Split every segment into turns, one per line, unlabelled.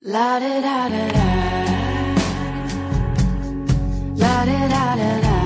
La da da da da. La da da da da.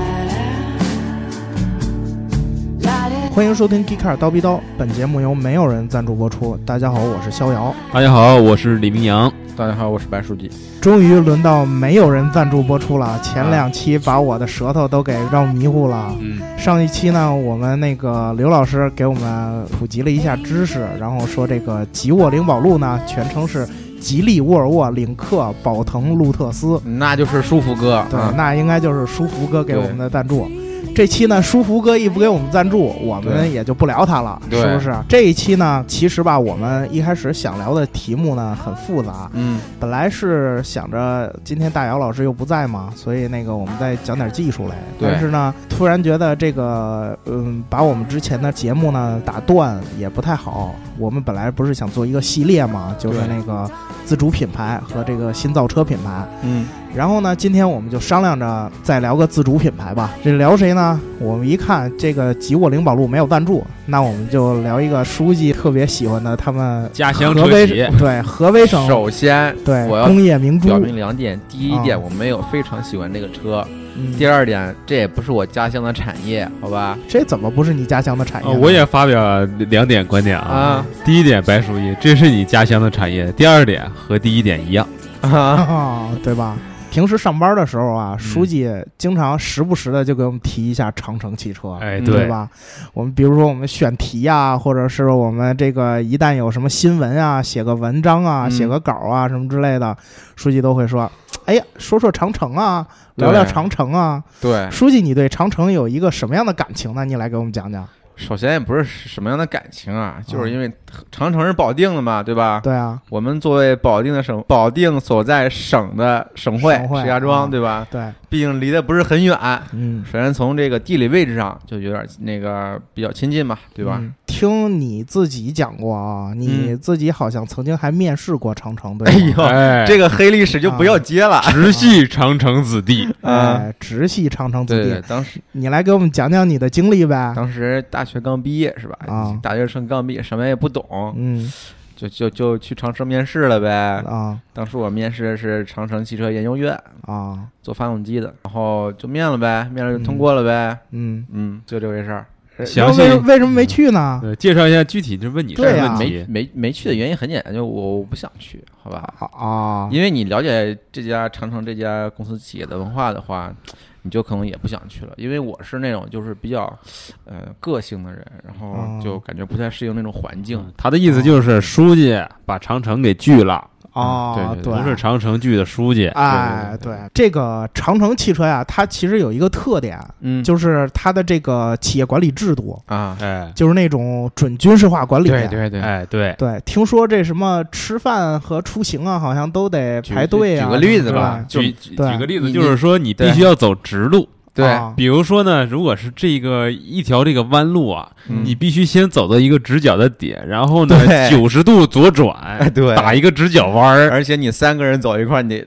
La da.
欢迎收听《g e e k a r 刀逼刀》，本节目由没有人赞助播出。大家好，我是逍遥。
大家好，我是李明阳。
大家好，我是白书记。
终于轮到没有人赞助播出了，前两期把我的舌头都给绕迷糊了。
嗯，
上一期呢，我们那个刘老师给我们普及了一下知识，然后说这个吉沃灵宝路呢，全称是吉利沃尔沃领克宝腾路特斯。
那就是舒服哥，
对，
啊
那应该就是舒福哥给
对
我们的赞助。这期呢，舒福哥一不给我们赞助，我们
对
也就不聊他了，
对
是不是？这一期呢，其实吧，我们一开始想聊的题目呢很复杂，
嗯，
本来是想着今天大姚老师又不在嘛，所以那个我们再讲点技术类。
对
但是呢，突然觉得这个，嗯，把我们之前的节目呢打断也不太好。我们本来不是想做一个系列嘛，就是
对
那个自主品牌和这个新造车品牌。
嗯，
然后呢，今天我们就商量着再聊个自主品牌吧。这聊谁呢？我们一看这个吉沃灵宝路没有赞助，那我们就聊一个书记特别喜欢的他们
家乡
河
车
北
企，
对河北省
首先
对
我要
工业明珠
表明两点：第一点，
啊
我没有非常喜欢这个车；
嗯
第二点，这也不是我家乡的产业，好吧？
这怎么不是你家乡的产业
呃，
呢？
我也发表两点观点啊。
啊
第一点，白书记，这是你家乡的产业。第二点和第一点一样，
啊，
啊， 对吧？平时上班的时候
嗯
啊，书记经常时不时的就给我们提一下长城汽车，
哎，
嗯
对
对，
吧？我们比如说我们选题啊，或者是我们这个一旦有什么新闻啊，写个文章啊，
嗯
写个稿啊什么之类的，书记都会说：“哎呀，说说长城啊，聊聊
对
长城啊。”
对，
书记，你对长城有一个什么样的感情呢？你来给我们讲
啊
讲。
首先也不是什么样的感情啊，就是因为长城是保定的嘛，对吧？
对啊，
我们作为保定的省，保定所在省的省会
省会
石家
啊
庄，对吧？
对，
毕竟离得不是很远，
嗯，
首先从这个地理位置上就有点那个比较亲近嘛，对吧？嗯
嗯听你自己讲过啊，你自己好像曾经还面试过长城，对
哎
吗？
呦，
哎，
这个黑历史就不要接了。
啊
直系长城子弟，
啊，
哎，直系长城子
对对，
弟，
当时
你来给我们讲讲你的经历呗。
当时大学刚毕业是吧？
啊
大学生刚毕业，什么也不懂，
嗯
就就就去长城面试了呗。
啊
当时我面试的是长城汽车研究院
啊
做发动机的，然后就面了呗，面了就通过了呗。
嗯，
嗯，就这回事儿。
详细
那为为什么
嗯
没去呢？
对，呃介绍一下具体就问你什
对
么
啊
问
没
题？嗯
没没去的原因很简单，就我我不想去，好吧？
啊啊
因为你了解这家长城这家公司企业的文化的话，你就可能也不想去了。因为我是那种就是比较，呃，个性的人，然后就感觉不太适应那种环境。
嗯他的意思就是，书记把长城给拒了，
啊
对！对啊
不是长城拒的书记。
哎，
对对对
对，这个长城汽车呀，它其实有一个特点，
嗯
就是它的这个企业管理制度，
啊，
哎，
就是那种准军事化管理。
对对
哎，对，
对，听说这什么吃饭和出行啊，好像都得排队啊。
举个例子
是
吧
吧，
就
举举
对
举个例
你
子，
你
就是说你必
对
须要走直路。
对，
啊
比如说呢，如果是这个一条这个弯路啊，
嗯
你必须先走到一个直角的点，然后呢
对哎
九十度左转，
对
打一个直角弯儿，
而且你三个人走一块儿，你得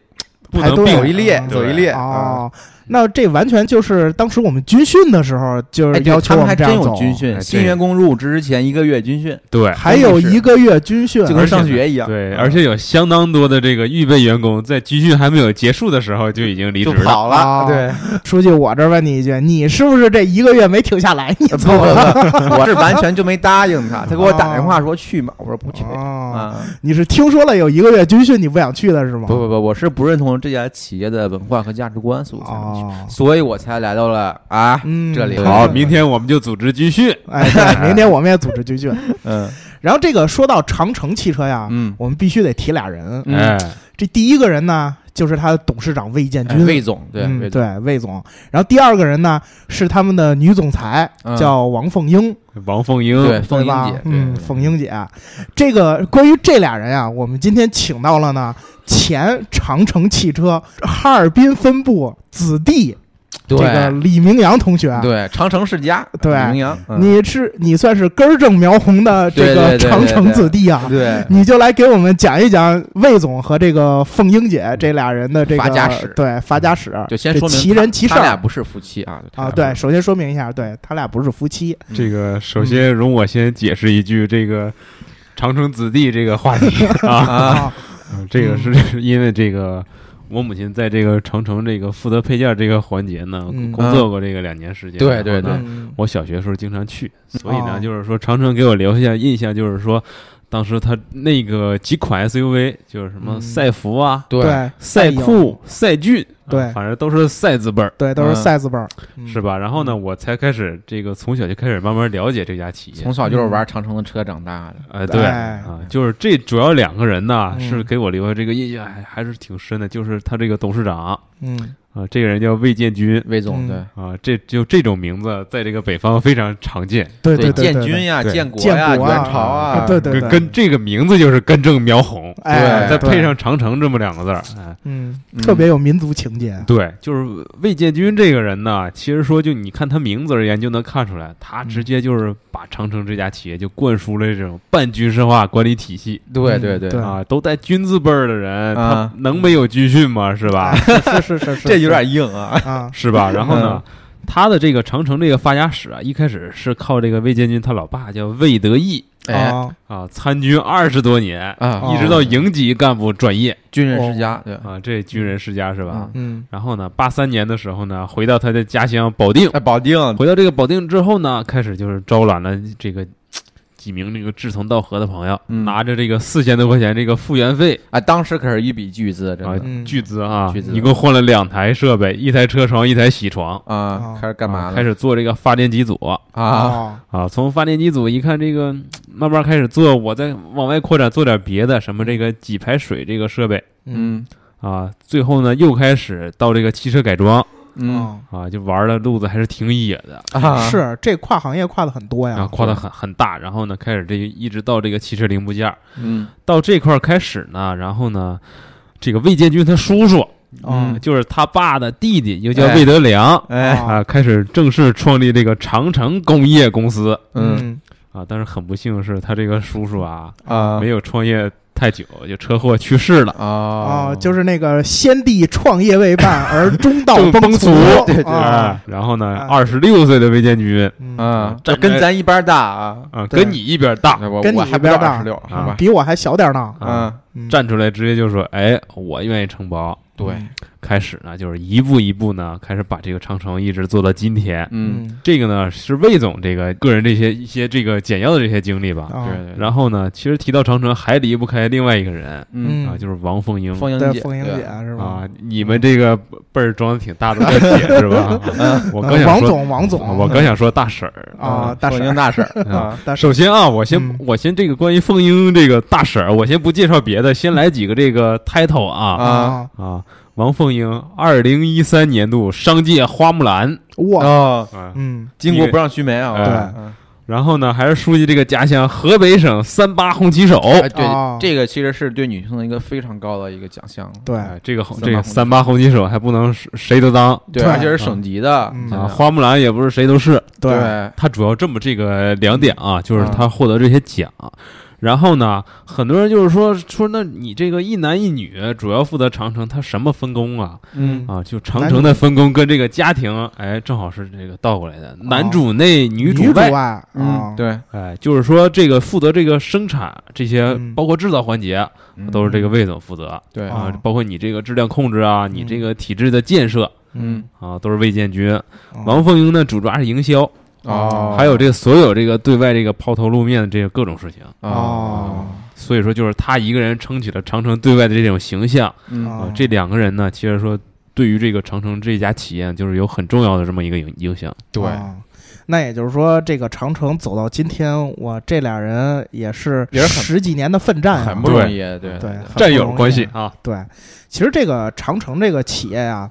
不
排
能
队
并
走一列，
对
走一列。啊
哦，那这完全就是当时我们军训的时候，就
嗯
是
哎，对
要
他
求
们
我
还
这
真
样走
有，军训，
哎
新
对
员工入职之前一个月军训，
对。
还有一个月军训，
就跟上学一样。
对，
嗯
而且有相当多的这个预备员工在军训还没有结束的时候就已经离职
就
了。
跑
啊
了， 对，
书记，我这儿问你一句，你是不是这一个月没停下来？你
不
怎么 了？
不不，我是完全就没答应他，他给我
啊
打电话说去嘛，我说不去
哦，
啊。
你是听说了有一个月军训，你不想去的是吗？
不不不，我是不认同这家企业的文化和价值观，所以我才没去，
哦，
所以我才来到了啊
嗯
这里。
好，
对
明天我们就组织军训。
哎，对，明天我们也组织军训。
嗯
然后这个说到长城汽车呀，
嗯，
我们必须得提俩人。
嗯
哎，
这第一个人呢，就是他的董事长魏建军，
哎魏总对
嗯
魏总
对魏总。然后第二个人呢，是他们的女总裁，
嗯
叫王凤英，
王凤英，
对凤
对
英
吧
姐
嗯，
对
凤英姐。这个关于这俩人啊，我们今天请到了呢，前长城汽车哈尔滨分部子弟这个
对
李明阳同学。
对长城世家
对
李明阳嗯
你是你算是根正苗红的这个
对对对对
长城子弟啊。
对
你就来给我们讲一讲魏总和这个凤英姐这俩人的这个
发家史
对发家史，
就先说
这
明
奇人奇事
他俩
儿
不是夫妻啊就他
啊。
俩
对，
不是
首先说明一下，对他俩不是夫妻，
这个首先容我先解释一句这个长城子弟这个话题啊。
啊
啊，
嗯这个是因为这个。我母亲在这个长城这个负责配件这个环节呢，
嗯
工作过这个两年时间。
对
然后
对
呢
对
嗯
我小学时候经常去，所以
哦
呢，就是说长城给我留下印象就是说，当时他那个几款 SUV 就是什么
嗯
赛福啊、
对
对
赛酷、赛骏，啊
对
反正都是赛字辈儿，
对，都是
嗯
size 辈儿，嗯
是？吧？然后呢，我才开始这个从小就开始慢慢了解这家企业
从。小就是玩长城的车长大的。
呃，对
哎
啊，就是这主要两个人呢，
嗯
是给我留下这个印象还还是挺深的，就是他这个董事长
嗯，
啊，这个人叫魏建军
魏总
嗯
对
啊，这就这种名字在这个北方非常常见。
对对，
建
对
军，呀、
对
建国
建
呀、元
国啊
朝
啊
啊，
对对
跟跟这个名字就是根正苗红，
哎，
对
再
对
配上“长城”这么两个字儿，哎，
嗯，
嗯
特别有民族情节，
对，就是魏建军这个人呢，其实说就你看他名字而言就能看出来，他
嗯
直接就是把长城这家企业就灌输了这种半军事化管理体系
对
嗯
对对
对
啊，都带军字辈儿的人，
啊
他能没有军训吗？是吧？
哎是是 是是，
这
是
有点硬啊。
啊，
是 吧？然后呢？
嗯
他的这个长城这个发家史啊，一开始是靠这个魏建军他老爸叫魏德义
哎
啊，
啊，参军二十多年，
啊，
一直到营级干部转业
军人世
哦
家，对
啊，这军人世家是吧？
嗯
嗯
然后呢，八三年的时候呢，回到他的家乡保定。
哎，保定
回到这个保定之后呢，开始就是招揽了这个嘖几名这个志同道合的朋友，
嗯
拿着这个四千多块钱这个复原费
哎，当时可是一笔巨资，真
啊
的，
嗯
巨资啊，
巨资
一共换了两台设备，一台车床，一台铣床。
啊
啊，开始干嘛
啊
了？
开始做这个发电机组
啊，
啊，
啊，从发电机组一看这个，嘖慢慢开始做，我再往外扩展，做点别的，什么这个给排水这个设备
嗯
啊，最后呢又开始到这个汽车改装
嗯
啊
啊，就玩的路子还是挺野的。
啊，
是这跨行业跨的很多
啊，
呀，
跨得很很大，然后呢，开始这一直到这个汽车零部件儿，
嗯
到这块儿开始呢，然后呢，这个魏建军他叔叔，
啊
嗯
就是他爸的弟弟，又叫
哎
魏德良、
哎
啊
啊，开始正式创立这个长城工业公司
嗯
嗯
啊，但是很不幸的是他这个叔叔啊，
啊
没有创业太久，就车祸去世了。
啊
啊，就是那个先帝创业未半而中 道
正崩
殂
殂，
对对
啊，
啊，然后呢，
啊
二十六岁的魏建军
嗯
啊，
这
这
跟
跟咱一般大啊，
啊，
对
跟你一边大
那我
跟你
我还
一
不到
边
二
大
十六，好
啊
吧？
嗯比我还小点儿呢，
啊，
啊，
嗯
站出来直接就说，哎，我愿意承包。
对，
开始呢，就是一步一步呢，开始把这个长城一直做到今天。
嗯，
嗯
这个呢是魏总这个个人这些一些这个简要的这些经历吧。
对
啊，
对，后
然后呢，其实提到长城还离不开另外一个人
嗯，
啊，就是王凤英
凤英
对
姐，
凤英
对
姐是吧？
啊。你们这个辈儿装的挺大的大姐是吧？啊我
啊
刚想
王
说，
总，王
啊
总，
我刚想说大婶儿
啊，大
凤
婶
英大婶 儿
啊。
啊，大婶
首先啊，我先
嗯
我先这个关于凤英这个大婶儿，我先不介绍别的，先来几个这个 title 啊
啊，
啊，王凤英，二零一三年度商界花木兰
哇，
哦，
啊，
嗯
巾帼不让须眉啊，
哎
嗯
然后呢，还是书记这个家乡河北省三八红旗手。
哎，对
哦，
这个其实是对女性的一个非常高的一个奖项，
对，
哎，这个
三八
这个
红旗手
三八红旗手还不能谁谁都当
对，
对
而且是省级的
嗯，
真
啊，
的
花木兰也不是谁都是。
对
他主要这么这个两点啊，就是
嗯
他获得这些奖。然后呢，很多人就是说说，那你这个一男一女主要负责长城，他什么分工啊？
嗯，
啊，就长城的分工跟这个家庭，哎，正好是这个倒过来的，男主内女
主
主外。
外，啊
嗯，，对，
哎，就是说这个负责这个生产这些
嗯，
包括制造环节，
嗯
都是这个魏总负责。
对，
啊
啊，包括你这个质量控制啊，你这个体制的建设
嗯，
啊，都是魏建军。
啊
王凤英呢，主抓是营销，
哦，
还有这个所有这个对外这个抛头露面的这个各种事情。
哦
哦，
所以说，就是他一个人撑起了长城对外的这种形象
嗯，
啊
啊。这两个人呢，其实说对于这个长城这家企业，就是有很重要的这么一个影影响。
对，
啊那也就是说，这个长城走到今天，我这俩人也是
也是很
十几年的奋战啊，
很不容易，对
对，很
战
不
友
容易
关系啊，
对，其实这个长城这个企业啊，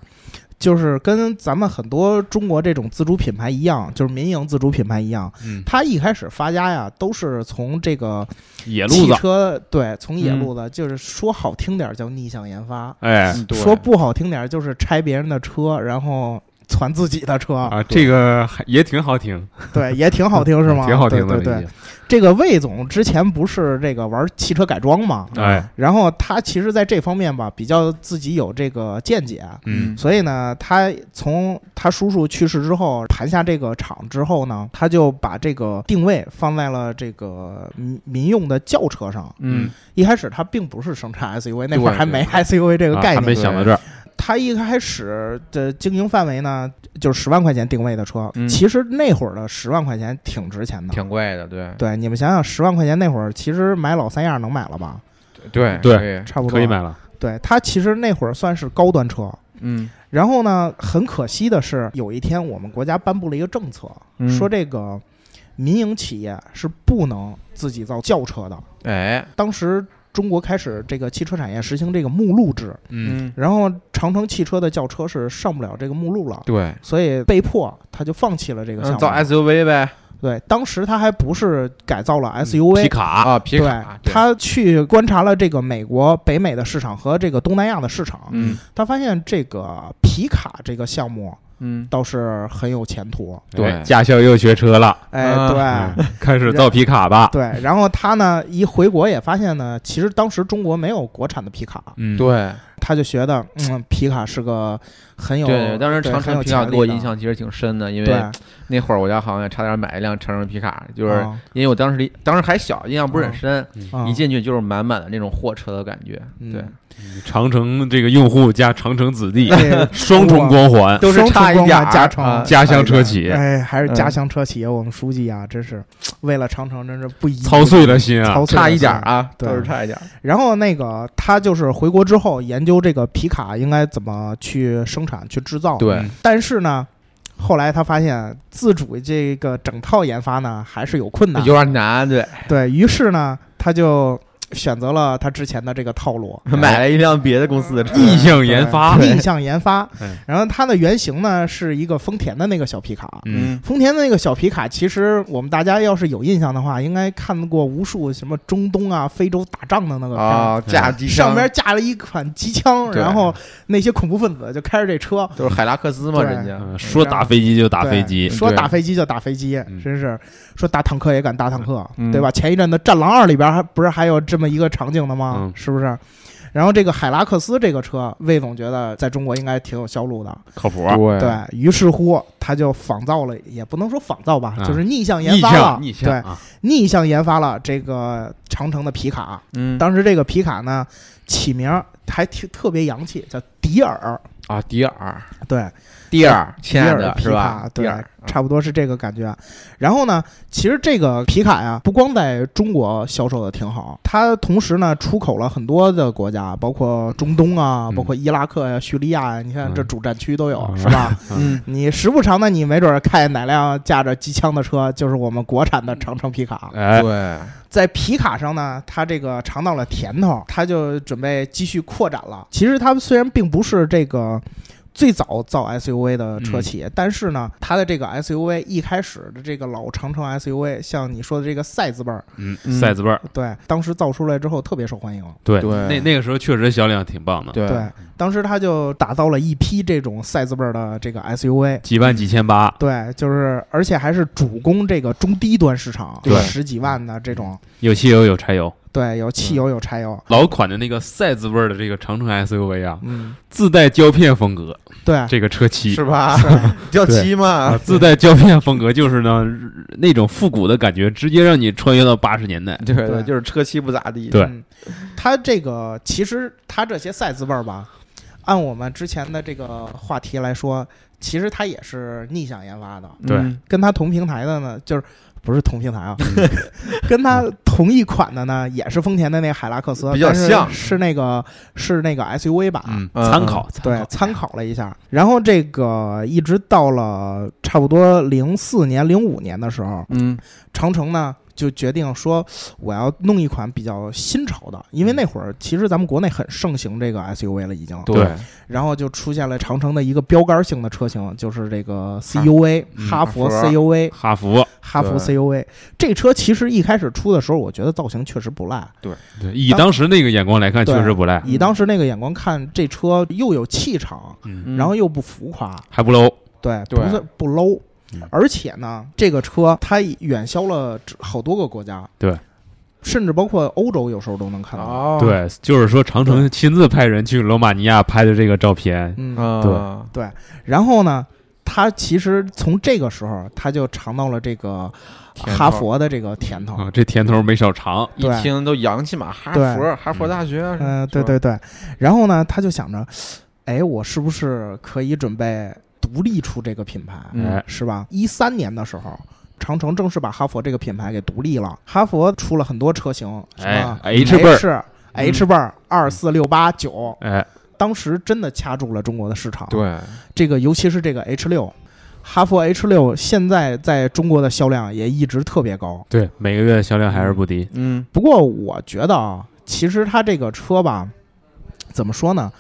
就是跟咱们很多中国这种自主品牌一样，就是民营自主品牌一样，
嗯，
它一开始发家呀，都是从这个
野路
汽
子，
车，对，从野
嗯
路子，就是说好听点儿叫逆向研发，
哎，
嗯对
说不好听点儿就是拆别人的车，然后传自己的车
啊，这个还也挺好听，
对，也挺好听是吗？
挺好听的，
对对
理
对
解。
这个魏总之前不是这个玩汽车改装嘛，
哎，
然后他其实在这方面吧，比较自己有这个见解，啊
嗯
所以呢，他从他叔叔去世之后盘下这个厂之后呢，他就把这个定位放在了这个民民用的轿车上。
嗯，
一开始他并不是生 产 SUV，那会儿
对
还没
对
SUV 这个
啊
概
还没
念。
想到这儿，
他一开始的经营范围呢，就是十万块钱定位的车。
嗯
其实那会儿的十万块钱挺值钱的。
挺贵的，对
对，你们想想，十万块钱那会儿，其实买老三样能买了吧？
对
对
可以，
差不多
可以买了，
对，它其实那会儿算是高端车。
嗯，
然后呢，很可惜的是，有一天我们国家颁布了一个政策，
嗯
说这个民营企业是不能自己造轿车的。
哎，
当时中国开始这个汽车产业实行这个目录制，
嗯，
然后长城汽车的轿车是上不了这个目录了。
对，
所以被迫他就放弃了这个项
嗯
目。
造 SUV 呗
对，当时他还不是改造了
皮
SUV，、
卡，
啊，嗯皮卡，
对，
对
他去观察了这个美国、北美的市场和这个东南亚的市场，
嗯
他发现这个皮卡这个项目
嗯，
倒是很有前途。
对
哎驾校又学车了，
哎，
啊
对、
嗯开始造皮卡吧，
对，然后他呢一回国也发现呢，其实当时中国没有国产的皮卡，
嗯，
对
他就觉得嗯，皮卡是个很有
对，当时
对
长
很有
城皮卡
潜
给我
力的
印象其实挺深的，因
对
为，那会儿我家好像也差点买一辆长城皮卡，就是
啊
因为我当时离当时还小，印象不是很深，
啊
一进去就是满满的那种货车的感觉，对
嗯，
长城这个用户加长城子 弟，
这
双重 光环，
都是
双重
差一
光
点
环
儿
加成
啊
家乡车企
哎，还是家
嗯
乡车企业，我们书记啊，真是为了长城，真是不遗
操碎了心啊
操，碎了
差一点儿
心。
啊，
对
都是差一点儿，
然后那个他就是回国之后研究这个皮卡应该怎么去生产、去制造。，
对
嗯，
但是呢，后来他发现自主这个整套研发呢还是有困难。
有点难，对，
对于是呢，他就选择了他之前的这个套路，嗯
买了一辆别的公司的车，
意向研发，
逆向研发
嗯。
然后它的原型呢是一个丰田的那个小皮卡。
嗯，
丰田的那个小皮卡，其实我们大家要是有印象的话，应该看过无数什么中东啊、非洲打仗的那个片儿。
啊，架机
嗯上
箱
边架了一款机枪，
对
然后那些恐怖分子就开着这车，
都是海拉克斯嘛，
对
人家
嗯说打飞机就打
对嗯
飞机，
说
对
打飞机就打飞机，
嗯
真是说打坦克也敢打坦克，
嗯
对吧？前一阵的《战狼二》里边还不是还有这么一个场景的吗？
嗯
是不是？然后这个海拉克斯这个车，魏总觉得在中国应该挺有销路的，
靠谱，啊
对
对于是乎他就仿造了，也不能说仿造吧，
啊
就是逆向研
逆
发了，
向逆
对
向，啊，
逆向研发了这个长城的皮卡。
嗯
当时这个皮卡呢，起名儿还挺特别洋气，叫迪尔。
啊，迪尔，
嗯
对，
迪尔，亲
迪
爱
尔
的，
皮
是吧
卡，？对
迪尔，，
差不多是这个感觉。啊然后呢，其实这个皮卡呀，不光在中国销售的挺好，它同时呢出口了很多的国家，包括中东啊，
嗯
包括伊拉克呀、叙利亚呀，你看
嗯
这主战区都有，
嗯
是吧？
嗯，
你时不常的，你没准儿看见哪辆驾着机枪的车，就是我们国产的长城皮卡。
哎，
对，
在皮卡上呢，他这个尝到了甜头，他就准备继续扩展了。其实他们虽然并不是这个最早造 SUV 的
嗯
车企，但是呢，它的这个 SUV 一开始的这个老长城 SUV，像你说的这个赛字辈儿，
嗯，
嗯
赛字辈儿，
对，当时造出来之后特别受欢迎。
对
对
那那个时候确实销量挺棒的，
对，
对，当时他就打造了一批这种赛字辈儿的这个 SUV。
几万几千八，
对，就是，而且还是主攻这个中低端市场，
对嗯
十几万的这种，
有汽油有柴油，
对，有汽油，有柴油，
老款的那个赛字味儿的这个长城 SUV 啊，
嗯，
自带胶片风格，
对，
这个车漆
是吧？ 掉漆嘛
啊，，自带胶片风格就是呢那种复古的感觉，直接让你穿越到八十年代。
对
对
对，就是车漆不咋地，
对
嗯，它这个其实它这些赛字辈儿吧，按我们之前的这个话题来说，其实它也是逆向研发的，
对
嗯
跟它同平台的呢，就是不是同平台啊，跟它同一款的呢，也是丰田的那个海拉克斯，
比较
但是
像
是那个是那个 SUV 版。
嗯，
嗯
参考，
啊对，
参
参
考，
考了一下，然后这个一直到了差不多零四年、零五年的时候，
嗯，
长城呢就决定说，我要弄一款比较新潮的，因为
嗯
那会儿其实咱们国内很盛行这个 SUV 了已经。
对
然后就出现了长城的一个标杆性的车型，就是这个 CUV，、
嗯
哈佛
哈佛
CUV，
哈弗，
哈佛
对
CUV。这车其实一开始出的时候，我觉得造型确实不赖。
对，以当时那个眼光来看，
对
确实不赖，
以当时那个眼光看，这车又有气场，
嗯，
嗯
然后又不浮夸，
还不 low，
对，
对
不是不 low
嗯。
而且呢，这个车它远销了好多个国家，
对，
甚至包括欧洲，有时候都能看到。
哦，
对，就是说长城亲自派人去罗马尼亚拍的这个照片，
嗯，
啊，
然后呢，他其实从这个时候他就尝到了这个
甜头
哈佛的这个甜头。
啊，这甜头没少尝。
一
对
听都洋气嘛，哈
对
佛哈佛大学，啊
嗯、
是
对
吧，
对对。然后呢，他就想着，哎，我是不是可以准备独立出这个品牌？
嗯
哎，
是吧？一三年的时候，长城正式把哈佛这个品牌给独立了。哈佛出了很多车型，什么
哎，H 辈儿
嗯
H H 辈儿二四六八九，
哎，
当时真的掐住了中国的市场。，
对，
这个尤其是这个 H 六，哈佛 H 六现在在中国的销量也一直特别高。
对，每个月销量还是不低。
嗯，
不过我觉得啊，其实它这个车吧，怎么说呢？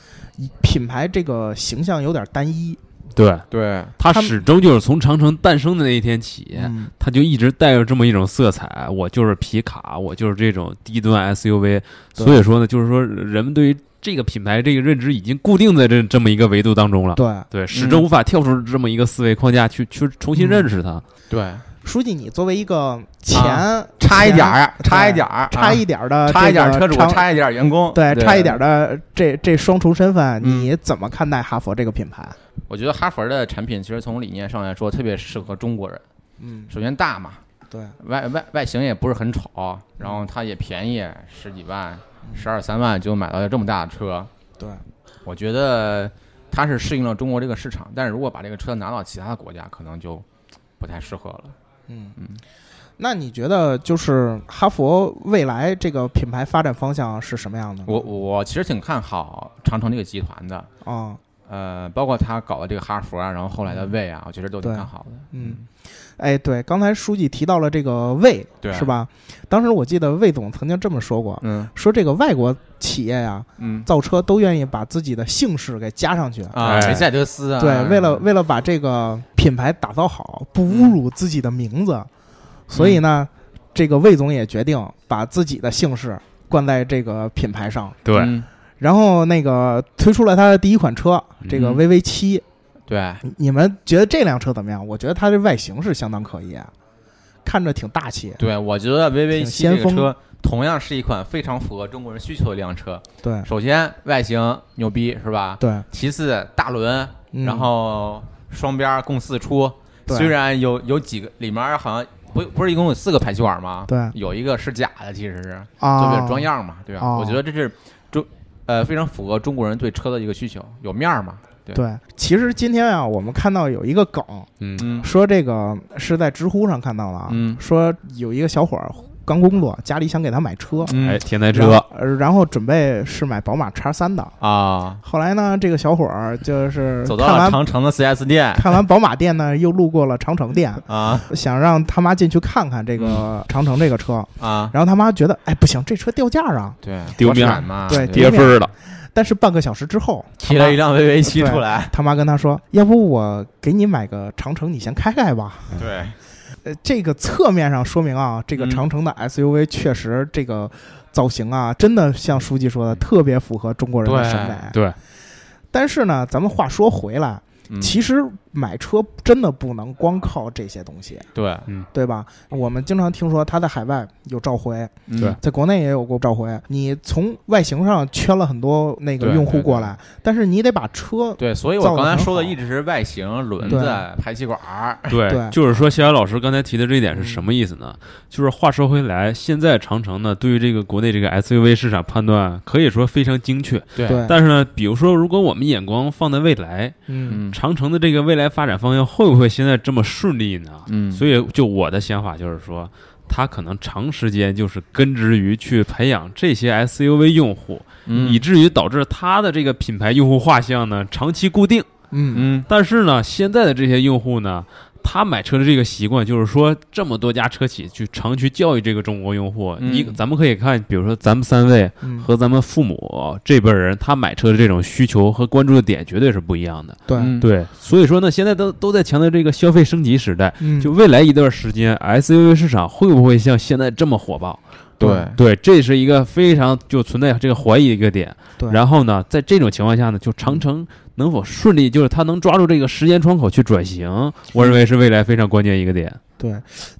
品牌这个形象有点单一，
对，
对，
它
他们
始终就是从长城诞生的那一天起，
嗯，
它就一直带着这么一种色彩。我就是皮卡，我就是这种低端 SUV。
对
所以说呢，就是说人们对于这个品牌这个认知已经固定在这这么一个维度当中了。
对。
对，嗯始终无法跳出这么一个思维框架去去重新认识它。
对，
书记，你作为一个前、
啊差一
前
点儿呀，差一
对
点儿，
差
啊
一点儿的、
差一点儿车主，
长
差一点儿员工，
对差一点儿的这这双重身份，
嗯
你怎么看待哈佛这个品牌？
我觉得哈佛的产品其实从理念上来说特别适合中国人。
嗯，
首先大嘛，
对，
外外外形也不是很丑，然后它也便宜，十几万、十二三万就买到了这么大的车。
对，
我觉得它是适应了中国这个市场，但是如果把这个车拿到其他的国家，可能就不太适合了。
嗯
嗯。
那你觉得就是哈佛未来这个品牌发展方向是什么样的？
我我其实挺看好长城这个集团的，
啊，
呃，包括他搞的这个哈佛啊，然后后来的魏
嗯
啊，我觉得都挺
对
看好的。
嗯，哎，对，刚才书记提到了这个魏，
对
是吧？当时我记得魏总曾经这么说过，
嗯
说这个外国企业呀、
嗯
造车都愿意把自己的姓氏给加上去。
啊，
哎
梅赛德斯啊，
对，为了为了把这个品牌打造好，不侮辱自己的名字，所以呢，这个魏总也决定把自己的姓氏冠在这个品牌上。
对
嗯
然后那个推出了他的第一款车，这个
嗯
VV 七、
对，
你们觉得这辆车怎么样？我觉得它的外形是相当可以啊，看着挺大气。
对，我觉得 VV
挺
七
先
这个
锋
车同样是一款非常符合中国人需求的一辆车。
对
首先外形牛逼是吧？
对，
其次大轮，
嗯
然后双边共四出，
对
虽然有有几个里面好像不不是一共有四个排气管吗？
对
有一个是假的，其实是就为
啊，
了装样嘛，对吧？
哦
我觉得这是中呃非常符合中国人对车的一个需求，有面儿嘛。对，
对，其实今天啊，我们看到有一个梗，
嗯，
嗯
说这个是在知乎上看到了啊，
嗯
说有一个小伙儿刚工作，家里想给他买车，
嗯
哎，天台
然后
车，
呃然后准备是买宝马叉三的。
啊，
后来呢，这个小伙儿就是
走到
看
了
完
长城的 4S 店
看完宝马店呢，又路过了长城店，
啊
想让他妈进去看看这个
嗯
长城这个车。
啊，
然后他妈觉得，哎，不行，这车掉价啊！
对，
丢面儿
国产嘛，
对
跌分儿了。
但是半个小时之后，
提了一辆 VV 七
对
出来，
他妈跟他说：“要不我给你买个长城，你先开开吧。
对，”
呃，这个侧面上说明啊，这个
嗯
长城的 SUV 确实这个造型啊，真的像书记说的，特别符合中国人的
对
审美。
对，
但是呢，咱们话说回来，
嗯
其实买车真的不能光靠这些东西，
对
对吧？我们经常听说它在海外有召回，
嗯
对
在国内也有过召回。你从外形上圈了很多那个
对
用户
对
过来，但是你得把车
对，所以
造
我
得
刚才
很
说的
好
一直是外形、轮
对
子、排气管儿，
对
对，就是说，逍遥老师刚才提的这一点是什么意思呢？就是话说回来，现在长城呢，对于这个国内这个 SUV 市场判断可以说非常精确。
对
对，
但是呢，比如说，如果我们眼光放在未来，
嗯
嗯
长城的这个未来发展方向会不会现在这么顺利呢？
嗯
所以，就我的想法就是说，它可能长时间就是根植于去培养这些 SUV 用户，以
以
至于导致它的这个品牌用户画像呢长期固定。
嗯
嗯
但是呢，现在的这些用户呢，他买车的这个习惯，就是说这么多家车企去长期教育这个中国用户。
嗯
你咱们可以看，比如说咱们三位
嗯，
和咱们父母这辈人，他买车的这种需求和关注的点绝对是不一样的。
对，
嗯
对，所以说呢，现在都都在强调这个消费升级时代。
嗯
就未来一段时间，SUV 市场会不会像现在这么火爆？
对，
对，这是一个非常就存在这个怀疑的一个点。
对
然后呢，在这种情况下呢，就长城能否顺利，就是它能抓住这个时间窗口去转
嗯
型，我认为是未来非常关键一个点。
对，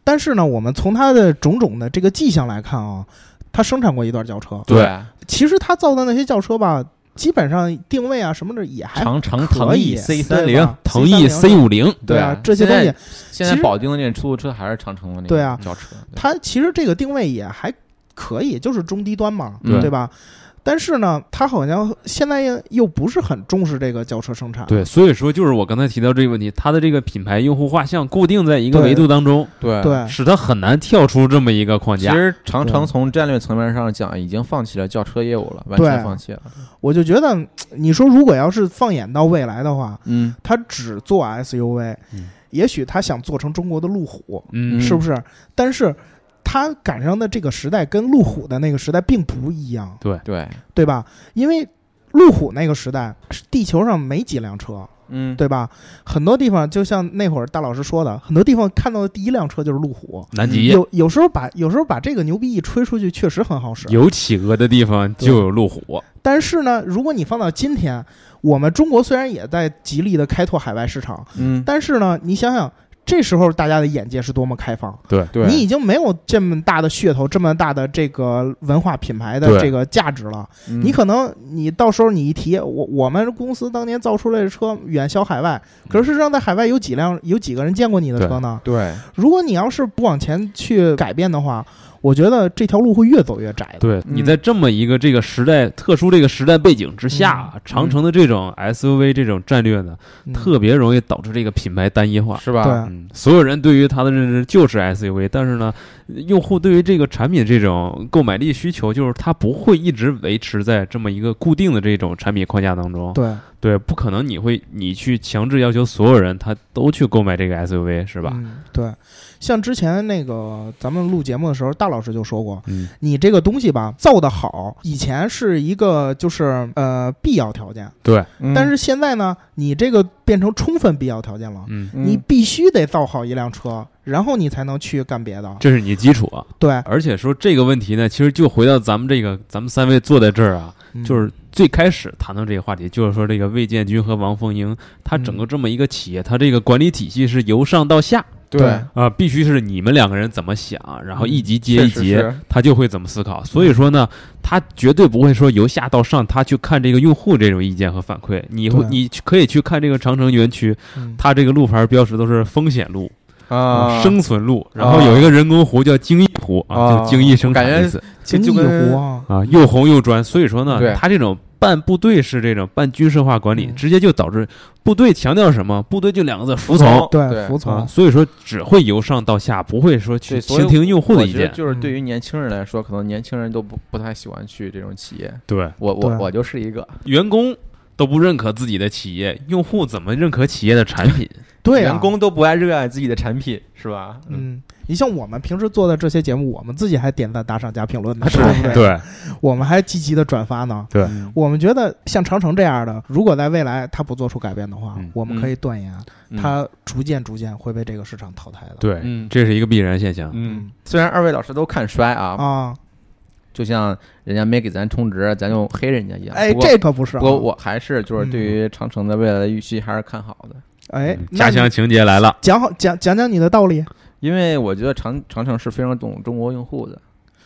但是呢，我们从它的种种的这个迹象来看啊，它生产过一段轿车，
对
对，
其实它造的那些轿车吧，基本上定位啊什么的也还
长城
可
腾
以
翼 C 三
对
零，
吧
腾翼
C
C 五零，
对啊，这些东西
现在现
其
在
实
保定的那出租车还是长城的那
对啊
个轿车，对
它其实这个定位也还可以，就是中低端嘛，
嗯
对吧？但是呢，它好像现在又又不是很重视这个轿车生产，
对，所以说就是我刚才提到这个问题，它的这个品牌用户画像固定在一
对
个
哎
维度当中，
对
对
使它很难跳出这么一个框
其
架。
实长
对
城从战略层面上讲，已经放弃了轿车业务了，完全
对
放弃了。
我就觉得，你说如果要是放眼到未来的话，
嗯，
它只做 SUV，、
嗯
也许它想做成中国的路虎，
嗯，
是不是？但是它赶上的这个时代跟路虎的那个时代并不一样，
对，
对吧？因为路虎那个时代，是地球上没几辆车，
嗯，
对吧？很多地方就像那会儿大老师说的，很多地方看到的第一辆车就是路虎。
南极
嗯有有时候把有时候把这个牛逼一吹出去，确实很好使。
有企鹅的地方
对
就有路虎，
但是呢，如果你放到今天，我们中国虽然也在极力的开拓海外市场，
嗯，
但是呢，你想想。这时候大家的眼界是多么开放，
对，
你已经没有这么大的噱头，这么大的这个文化品牌的
对
这个价值了。
嗯
你可能你到时候你一提，我我们公司当年造出来的车远销海外，
嗯
可是事实上在海外有几辆有几个人见过你的车呢？
对
如果你要是不往前去改变的话，我觉得这条路会越走越窄的。
对
嗯
你在这么一个这个时代特殊这个时代背景之下，长城的这种 SUV 这种战略呢，
嗯
特别容易导致这个品牌单一化。
是吧？
对
嗯，所有人对于它的认知就是 SUV，但是呢，用户对于这个产品这种购买力需求，就是它不会一直维持在这么一个固定的这种产品框架当中。
对
对，不可能你会你去强制要求所有人他都去购买这个 SUV，是
是
吧？
嗯，对。像之前那个咱们录节目的时候，大老师就说过，
嗯，
你这个东西吧造得好，以前是一个就是呃必要条件，
对，
嗯
但是现在呢，你这个变成充分必要条件了，
嗯，
嗯
你必须得造好一辆车，然后你才能去干别的。
这是你基础啊。
对，
而且说这个问题呢，其实就回到咱们这个，咱们三位坐在这儿啊，
嗯
就是最开始谈到这个话题，就是说这个魏建军和王凤英，他整个这么一个企业，他这个管理体系是由上到下
对
对，
啊、必须是你们两个人怎么想，然后一级接
嗯确
一
实
级，
是
他就会怎么思考。所以说呢，他绝对不会说由下到上，他去看这个用户这种意见和反馈。你会
对
你去可以去看这个长城园区，
嗯
它这个路牌标识都是风险路、
啊，
嗯生存路，然后有一个人工湖叫精益湖
啊
就精益生产
感
的
觉
意思。
经济
就跟
湖啊，
啊，又红又专，所以说呢
对，
他这种半部队式这种半军事化管理，
嗯
直接就导致部队强调什么？部队就两个字：服从。
对，
对
服
啊，
从，
所以说只会由上到下，不会说去
对所以
倾听用户的
我
意
觉得
见。
就是对于年轻人来说，可能年轻人都不不太喜欢去这种企业。
对，
我
对
我我就是一个
员工都不认可自己的企业，用户怎么认可企业的产 品？
对啊
员，工都不爱热爱自己的产品，是吧？
嗯，你像我们平时做的这些节目，我们自己还点赞、打赏、加评论呢，
是
对不对？
对
我们还积极的转发呢。
对
嗯
我们觉得像长城这样的，如果在未来它不做出改变的话
嗯，
我们可以断言，
嗯，
它逐渐逐渐会被这个市场淘汰的。
对，
嗯
这是一个必然现象。
嗯，虽然二位老师都看衰啊，
啊，
就像人家没给咱充值，咱就黑人家一样。
哎，
不过
这可不是
不
啊，
过我还是就是对于长城的未来的预期还是看好的，
哎
嗯，
那
家
你
乡情节来了。
讲好讲讲讲你的道理，
因为我觉得长长城是非常懂中国用户的，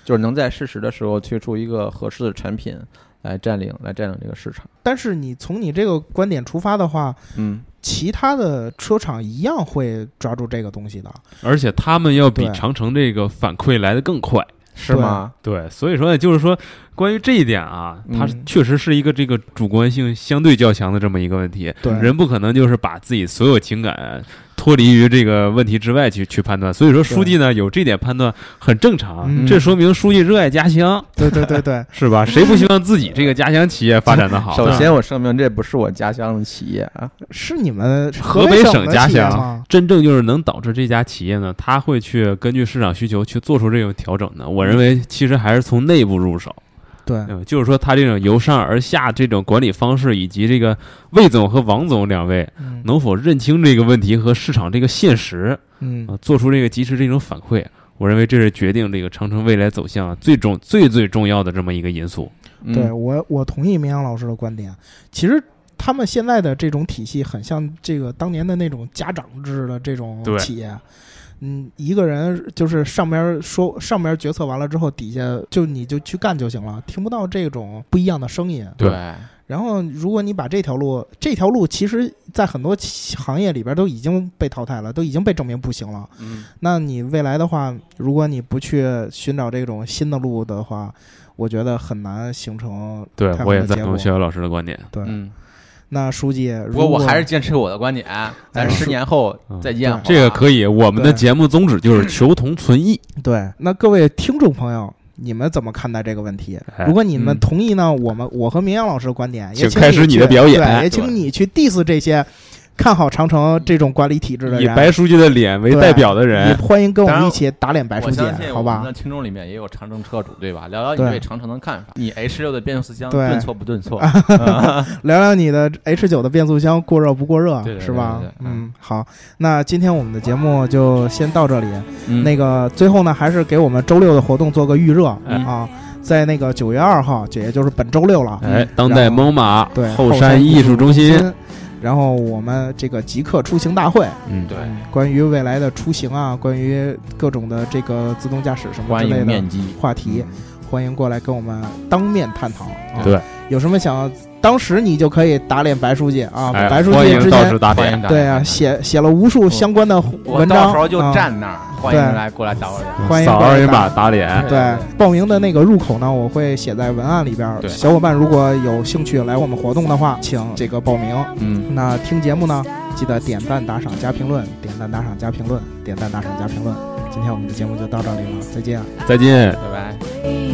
就是能在适时的时候推出一个合适的产品来占领来占领这个市场。
但是你从你这个观点出发的话，
嗯，
其他的车厂一样会抓住这个东西的。
而且他们要比
对
长城这个反馈来的更快。
是
啊
吗？
对，所以说呢，就是说，关于这一点啊，它是
嗯
确实是一个这个主观性相对较强的这么一个问题。
对
人不可能就是把自己所有情感脱离于这个问题之外去去判断。所以说，书记呢有这点判断很正常，
嗯
这说明书记热爱家乡，
对对对 对
是吧？谁不希望自己这个家乡企业发展的好呢？
首先，我声明这不是我家乡的企业啊。
是你们
河
北
北
省
省
的
家
企业
乡
吗？
真正就是能导致这家企业呢，它会去根据市场需求去做出这种调整的。我认为，其实还是从内部入手。
对，
嗯，就是说他这种由上而下这种管理方式，以及这个魏总和王总两位
嗯
能否认清这个问题和市场这个现实，呃
嗯
啊，做出这个及时这种反馈，我认为这是决定这个长城未来走向最重最最重要的这么一个因素。
嗯
对我，我同意明阳老师的观点。其实他们现在的这种体系，很像这个当年的那种家长制的这种
对
企业。嗯，一个人就是上边说上边决策完了之后，底下就你就去干就行了，听不到这种不一样的声音。
对
对
然后，如果你把这条路，这条路其实在很多企行业里边都已经被淘汰了，都已经被证明不行了。
嗯
那你未来的话，如果你不去寻找这种新的路的话，我觉得很难形成
对
太好
我也
的
赞
结
同
果
薛老师的观点。
对。
嗯，
那书记，
不
如
过
果
我还是坚持我的观点，咱
哎
十年后
嗯
再见
对
好吧。
这个可以，我们的
对
节目宗旨就是求同存异。
对。那各位听众朋友，你们怎么看待这个问题？
哎
如果你们
嗯
同意呢，我们我和明阳老师的观点，也
请
请
开始
你
你
去
的表演
对也
对
请你去 diss 这些看好长城这种管理体制的
以
人。
白书记的脸为
对
代表的
也
人，
欢迎跟我
当
们
然
一起打脸白书
我
记
相信，
好
我们
吧
的？听众里面也有长城车主，对吧？聊聊你
对
对长城的看法，你 H 六的变速箱
对啊
顿挫不顿挫？
聊聊你的 H 九的变速箱过热不过热，
对对对
是吧
对对？对
嗯，好，那今天我们的节目就先到这里。
嗯
那个最后呢，还是给我们周六的活动做个预热、
嗯
啊，在那个九月二号，这也就是本周六了，
哎，当代
然后
蒙马
对
后
山
山艺术中心，
心。然后我们这个极客出行大会，
嗯，
对，
嗯关于未来的出行啊，关于各种的这个自动驾驶什么
欢
之类
迎
的
面嗯基。
话题，欢迎过来跟我们当面探讨。啊、
对，
有什么想，当时你就可以打脸白书记啊，
哎，
白书
欢
记
迎
之
到
前
时打
欢
脸。
迎大家
对啊，写写了无数相关的
我
文章，
到时候就
啊
站那儿，欢迎
对
来过来找我聊。
欢迎
扫
过来
二维
打
码打脸。
对，报名的那个入口呢，我会写在文案里边儿。
对
小伙伴如果有兴趣来我们活动的话，请这个报名。
嗯，
那听节目呢，记得点赞、打赏、加评论，点赞、打赏、加评论，点赞、打赏、加评论。今天我们的节目就到这里了，再见。
再见。
拜拜。
you